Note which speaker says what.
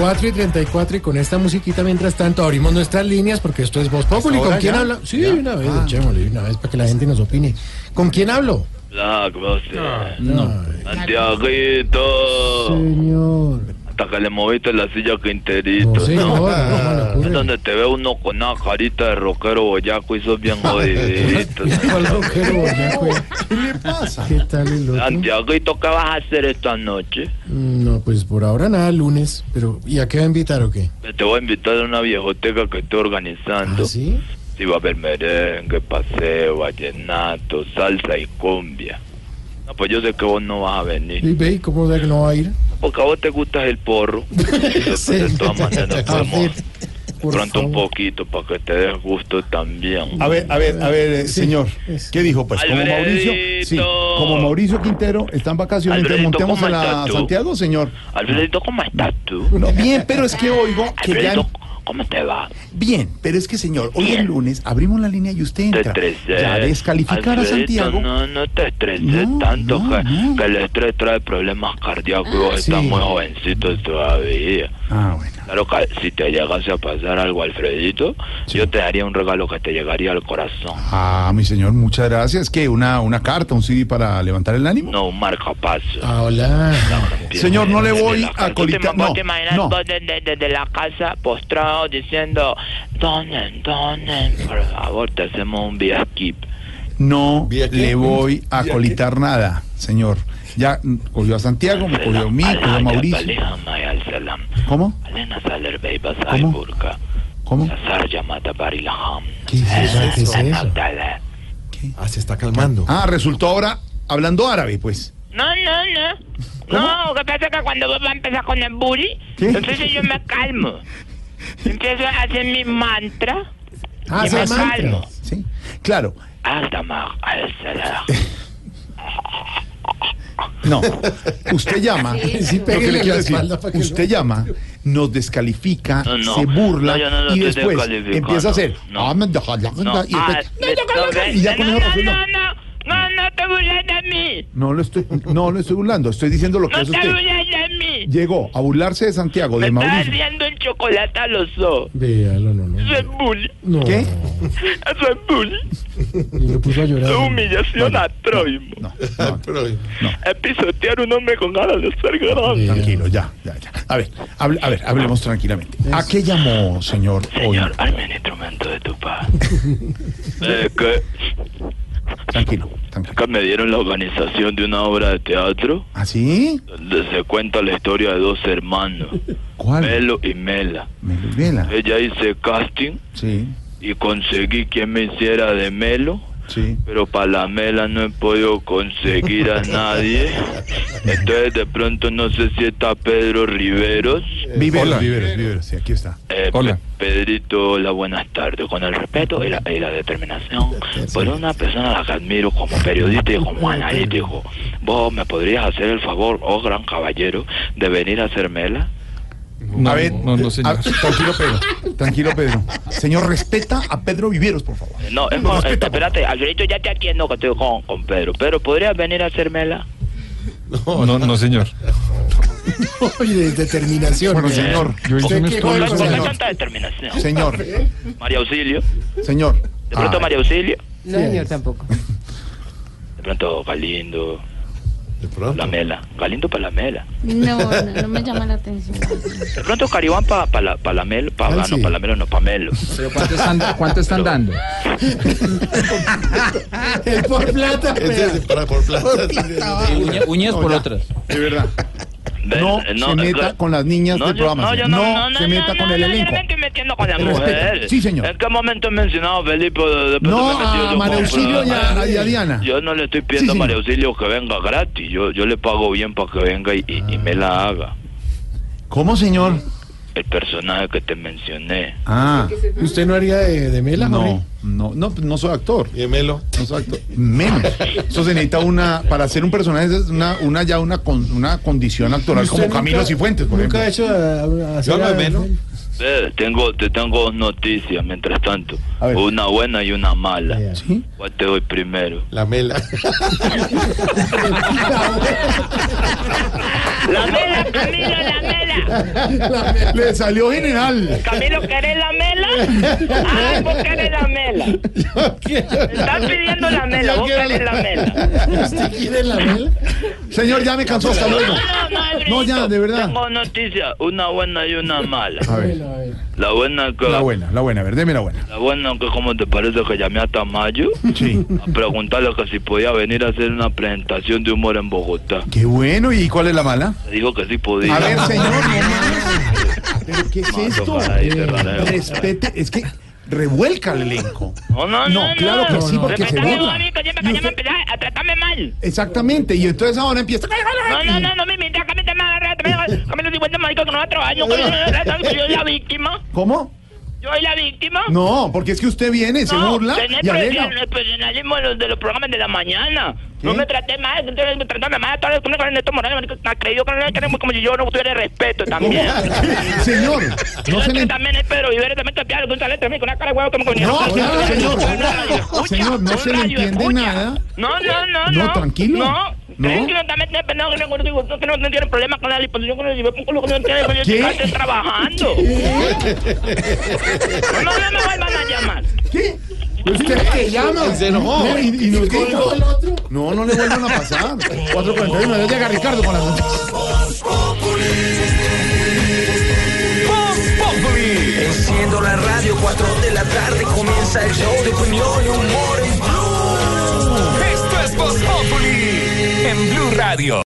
Speaker 1: 4 y 34 y con esta musiquita mientras tanto abrimos nuestras líneas porque esto es Voz Populi. ¿Con quién habla? Sí, una vez, echémosle, una vez para que la gente nos opine. ¿Con quién hablo?
Speaker 2: La cosa. eh, Santiaguito.
Speaker 1: Señor.
Speaker 2: Hasta que le moviste la silla quinterito.
Speaker 1: No, señor,
Speaker 2: Ah. ¿no?
Speaker 1: ¿cómo le ocurre?
Speaker 2: Es donde te ve uno con una carita de rockero boyaco y sos bien jodidito.
Speaker 1: ¿Cuál rockero, boyaco, eh? ¿Qué tal el otro?
Speaker 2: Santiaguito, ¿qué vas a hacer esta noche?
Speaker 1: No, pues por ahora nada, lunes. Pero, ¿y a qué va a invitar o qué?
Speaker 2: Te voy a invitar a una viejoteca que estoy organizando.
Speaker 1: ¿Ah, sí?
Speaker 2: Sí, va a haber merengue, paseo, vallenato, salsa y cumbia. No, pues yo sé que vos no vas a venir.
Speaker 1: ¿Y ve? ¿y ¿Cómo sabe que no va a ir?
Speaker 2: Porque a vos te gustas el porro. Entonces, Pues de todas maneras,
Speaker 1: A ver,
Speaker 2: podemos
Speaker 1: por
Speaker 2: pronto un
Speaker 1: favor.
Speaker 2: poquito para que te des gusto también.
Speaker 3: A ver, a ver, a ver, eh, señor.
Speaker 1: es-
Speaker 3: ¿Qué dijo? Pues como Mauricio, sí,
Speaker 2: Alfredito.
Speaker 3: como Mauricio Quintero está en vacaciones, entonces
Speaker 2: Alfredito,
Speaker 3: montemos
Speaker 2: ¿cómo
Speaker 3: a la
Speaker 2: estás tú?
Speaker 3: Santiago, señor.
Speaker 2: Alfredito, ¿cómo estás tú?
Speaker 3: No, bien, pero es que oigo que ya.
Speaker 2: Alfredito, ¿cómo te va?
Speaker 3: Bien, pero es que señor, hoy es
Speaker 2: Bien.
Speaker 3: lunes, abrimos la línea y usted
Speaker 2: Te
Speaker 3: entra.
Speaker 2: estresé.
Speaker 3: Ya descalificar a
Speaker 2: Alfredito,
Speaker 3: Santiago.
Speaker 2: No, no te estresé
Speaker 3: No,
Speaker 2: tanto
Speaker 3: no,
Speaker 2: que,
Speaker 3: no.
Speaker 2: que el estrés trae problemas cardíacos y vos estás
Speaker 1: sí.
Speaker 2: muy jovencito todavía.
Speaker 3: Ah, bueno.
Speaker 2: Claro que si te llegase a pasar algo, Alfredito, yo te daría un regalo que te llegaría al corazón.
Speaker 3: Ah, mi señor, muchas gracias. ¿Qué? ¿Una, una carta, un CD para levantar el ánimo?
Speaker 2: No, un marcapaso.
Speaker 1: Ah, hola.
Speaker 3: Señor, no le
Speaker 2: Desde
Speaker 3: voy
Speaker 2: la
Speaker 3: a
Speaker 2: casa. ¿Tú
Speaker 3: colitar-
Speaker 2: te- vos
Speaker 3: no,
Speaker 2: te imaginas
Speaker 3: no.
Speaker 2: vos desde, desde la casa postrado diciendo, donen, donen, por favor, te hacemos un vía skip.
Speaker 3: No le voy a colitar nada, señor. Ya mm, cogió a Santiago, me cogió a mí, cogió a Mauricio. ¿Cómo?
Speaker 2: Alena Saler Beyba
Speaker 3: ¿Cómo?
Speaker 2: Saiburka.
Speaker 3: ¿Cómo?
Speaker 2: Lazar Yamata Barilaham.
Speaker 1: ¿Qué es eso? ¿Qué es eso?
Speaker 2: Natale.
Speaker 4: Ah, se está calmando.
Speaker 3: Ah, resultó ahora hablando árabe, pues.
Speaker 2: No, no, no. No, ¿qué pasa que cuando vos vas a empezar con el booty,
Speaker 3: ¿Qué?
Speaker 2: entonces yo me calmo. Empiezo a hacer mi mantra.
Speaker 1: Ah,
Speaker 2: y
Speaker 1: sí,
Speaker 2: me
Speaker 1: mantra.
Speaker 2: calmo.
Speaker 3: Sí. Claro.
Speaker 2: Aldamar al-Salah.
Speaker 3: No. Usted llama.
Speaker 1: Sí,
Speaker 3: Lo que
Speaker 1: pégale
Speaker 3: le
Speaker 1: en la
Speaker 3: quiero decir,
Speaker 1: espalda para que
Speaker 3: usted
Speaker 1: no-
Speaker 3: llama, nos descalifica,
Speaker 2: No, no.
Speaker 3: se burla
Speaker 2: No, yo no lo
Speaker 3: y
Speaker 2: estoy
Speaker 3: después
Speaker 2: descalificando.
Speaker 3: empieza a hacer.
Speaker 2: No.
Speaker 3: "Ah, me deja la-
Speaker 2: No,
Speaker 3: y después, "Me deja la-
Speaker 2: ah,
Speaker 3: y ya con
Speaker 2: no,
Speaker 3: eso
Speaker 2: no,
Speaker 3: resulta.
Speaker 2: no, no, no, no te burles de mí.
Speaker 3: No lo estoy, no lo estoy burlando, estoy diciendo lo que
Speaker 2: No
Speaker 3: es
Speaker 2: te
Speaker 3: usted.
Speaker 2: burles de mí.
Speaker 3: Llegó a burlarse de Santiago, de
Speaker 2: Me estás
Speaker 3: Mauricio.
Speaker 2: haciendo el chocolate a los ojos.
Speaker 1: Véalo, no, no.
Speaker 2: Eso es bullying.
Speaker 1: No.
Speaker 3: ¿Qué?
Speaker 2: Eso es
Speaker 3: Eh,
Speaker 2: bullying.
Speaker 1: Y lo puso a llorar.
Speaker 2: Es humillación atroz.
Speaker 3: No, no,
Speaker 2: Es pisotear un hombre con ganas de ser grande.
Speaker 3: tranquilo, ya, ya, ya. A ver, hable- a ver, hablemos tranquilamente. ¿A qué llamó, señor? hoy?
Speaker 2: Señor, hazme el instrumento de tu paz. Eh, que,
Speaker 3: Tranquilo, tranquilo. ¿Ah,
Speaker 2: que me dieron la organización de una obra de teatro
Speaker 3: ¿Así?
Speaker 2: donde se cuenta la historia de dos hermanos,
Speaker 3: ¿Cuál?
Speaker 2: Melo y Mela.
Speaker 3: Melvela.
Speaker 2: Ella hice casting
Speaker 3: Sí,
Speaker 2: y conseguí quien me hiciera de Melo,
Speaker 3: sí.
Speaker 2: pero para la Mela no he podido conseguir a nadie. Entonces de pronto no sé si está Pedro Riveros.
Speaker 3: Viveros, viveros, viveros. Sí, aquí está.
Speaker 2: Eh,
Speaker 3: Hola.
Speaker 2: Pe- Pedrito, hola, buenas tardes. Con el respeto y la, y la determinación por una persona a la que admiro como periodista y como analítico, vos me podrías hacer el favor, oh gran caballero, de venir a hacérmela.
Speaker 3: a ver, a- tranquilo Pedro, tranquilo Pedro. Señor, respeta a Pedro Viveros, por favor.
Speaker 2: No, es con, eh, espérate, Alfredito ya te atiendo que estoy con, con Pedro, pero ¿podrías venir a hacérmela?
Speaker 5: No, no, señor.
Speaker 1: Oye, de determinación.
Speaker 3: Bueno,
Speaker 1: ¿eh?
Speaker 3: señor,
Speaker 5: Yo hice
Speaker 1: ¿Usted
Speaker 5: un
Speaker 1: qué ¿Eh?
Speaker 5: estudio,
Speaker 1: juega con
Speaker 2: ¿Por qué- por qué
Speaker 1: la-
Speaker 3: señor.
Speaker 2: tanta determinación?
Speaker 3: Señor,
Speaker 2: María Auxilio,
Speaker 3: señor. Ah.
Speaker 2: de pronto
Speaker 3: Ay,
Speaker 2: María Auxilio,
Speaker 6: No, señor, tampoco.
Speaker 2: de pronto Galindo,
Speaker 4: De pronto.
Speaker 2: la Mela, Galindo para la Mela,
Speaker 7: No, no, no me llama la atención.
Speaker 2: de pronto Caribán para pa la, pa la Mela, pa,
Speaker 1: Ay,
Speaker 2: ah, no,
Speaker 1: sí.
Speaker 2: para la Mela, no, para Melo.
Speaker 6: Pero ¿cuánto están, cuánto están dando?
Speaker 1: Es por plata,
Speaker 4: Ese
Speaker 1: pero-
Speaker 4: es para por plata.
Speaker 6: Uña- uñas por otras.
Speaker 3: de verdad.
Speaker 2: Ven,
Speaker 3: No
Speaker 2: eh,
Speaker 3: se
Speaker 2: eh,
Speaker 3: meta
Speaker 2: que-
Speaker 3: con las niñas del
Speaker 2: yo-
Speaker 3: programa,
Speaker 2: No, yo
Speaker 3: señor.
Speaker 2: no,
Speaker 3: No
Speaker 2: no, no,
Speaker 3: se meta
Speaker 2: no,
Speaker 3: con
Speaker 2: no,
Speaker 3: el
Speaker 2: no,
Speaker 3: elenco.
Speaker 2: Yo no me estoy metiendo con la
Speaker 3: Respeta.
Speaker 2: mujer.
Speaker 3: Sí, señor.
Speaker 2: ¿En qué momento he mencionado a Felipe? De- de-
Speaker 3: No
Speaker 2: de- de- de-
Speaker 3: a
Speaker 2: de-
Speaker 3: María Auxilio y a, y a Diana.
Speaker 2: Yo no le estoy pidiendo
Speaker 3: Sí,
Speaker 2: a María
Speaker 3: señor.
Speaker 2: Auxilio que venga gratis. Yo, yo le pago bien para que venga y, y- y me la haga.
Speaker 3: ¿Cómo, señor?
Speaker 8: el personaje que te mencioné.
Speaker 3: Ah,
Speaker 1: ¿Usted no haría de, de Mela,
Speaker 3: no,
Speaker 1: Jorge?
Speaker 3: no, no, no soy actor.
Speaker 5: Y Melo.
Speaker 3: No soy actor. Menos. Eso se necesita una, para ser un personaje, es una, una ya una, con- una condición actoral
Speaker 1: ¿Usted
Speaker 3: como
Speaker 1: nunca-
Speaker 3: Camilo Cifuentes, por
Speaker 1: Nunca ha
Speaker 3: ejemplo.
Speaker 1: hecho a, a- a hacer
Speaker 5: hablo de
Speaker 1: a-
Speaker 5: Melo.
Speaker 8: Eh, tengo, te tengo dos noticias mientras tanto.
Speaker 3: A ver.
Speaker 8: Una buena y una mala.
Speaker 1: Ya.
Speaker 3: Sí.
Speaker 8: ¿Cuál te doy primero?
Speaker 5: La Mela.
Speaker 2: La mela, Camilo, la mela.
Speaker 3: Le salió general.
Speaker 2: Camilo, ¿querés la mela? Ay, vos querés la mela. Estás pidiendo la mela,
Speaker 3: Yo
Speaker 2: vos
Speaker 3: quiero
Speaker 2: querés
Speaker 3: la-
Speaker 2: la mela.
Speaker 1: ¿Usted quiere la Mela?
Speaker 3: Señor, ya me cansó, hasta luego. No, ya, de verdad.
Speaker 8: Tengo noticias, una buena y una mala.
Speaker 3: A ver,
Speaker 1: Mela, a ver.
Speaker 8: La buena que...
Speaker 3: la buena, la buena, a ver, deme la buena.
Speaker 8: La buena que como te parece que llamé a Tamayo
Speaker 3: Sí.
Speaker 8: a preguntarle que si podía venir a hacer una presentación de humor en Bogotá.
Speaker 3: Qué bueno, ¿y cuál es la mala?
Speaker 8: Le dijo que sí podía.
Speaker 3: A ver, señor, no más. ¿Pero qué es esto?
Speaker 8: ojalá y cerrara el-
Speaker 3: Respete, es que revuelca el elenco.
Speaker 8: No,
Speaker 2: Oh,
Speaker 8: no, no,
Speaker 3: No, claro que sí, porque se
Speaker 2: Respetame vos
Speaker 3: nota.
Speaker 2: a mí, que yo me que yo me empecé a tratarme mal.
Speaker 3: Exactamente, y entonces ahora empieza.
Speaker 2: No, no, no, no me inventé, acá me te me agarraste, me agarraste, Camilo, si cuenta marico que no va a trabajar, yo soy la víctima,
Speaker 3: ¿Cómo?
Speaker 2: yo soy la víctima.
Speaker 3: No, porque es que usted viene, se burla
Speaker 2: tenés
Speaker 3: y alega.
Speaker 2: presión- el profesionalismo de los, de los programas de la mañana. No
Speaker 3: ¿Qué?
Speaker 2: me traté mal, no me trataron mal a todos los que me con Ernesto Morales, marico, me creyó que no le queremos como si yo no tuviera respeto también.
Speaker 3: Señor, no
Speaker 2: No
Speaker 3: se le.
Speaker 2: también es Pedro Vivero, también te pierde, que un talento también con una cara de huevo como con
Speaker 3: No,
Speaker 2: con-
Speaker 3: claro,
Speaker 2: con-
Speaker 3: señor.
Speaker 2: con- con-
Speaker 3: Señor, no
Speaker 2: con-
Speaker 3: se le
Speaker 2: con-
Speaker 3: entiende
Speaker 2: escucha.
Speaker 3: nada.
Speaker 2: No, no, no,
Speaker 3: No,
Speaker 2: no.
Speaker 3: tranquilo.
Speaker 2: No.
Speaker 3: No.
Speaker 2: Creen que no también tiene pendejo, que no- que no- que no no tienen problemas con la disposición, que no tienen con lo que no tienen, que
Speaker 3: ¿Qué?
Speaker 2: yo estoy trabajando. No, no me vuelvan a llamar.
Speaker 3: ¿Qué? ¿Usted qué llama?
Speaker 5: Se enojó.
Speaker 3: No, ¿Y, y nos colgó el otro? No, no le vuelvan a pasar. 441, ya llega Ricardo con las noticias.
Speaker 9: Enciendo la radio, 4 de la tarde comienza el show de opinión y humor en Blue. Esto es Voz Populi en Blue Radio.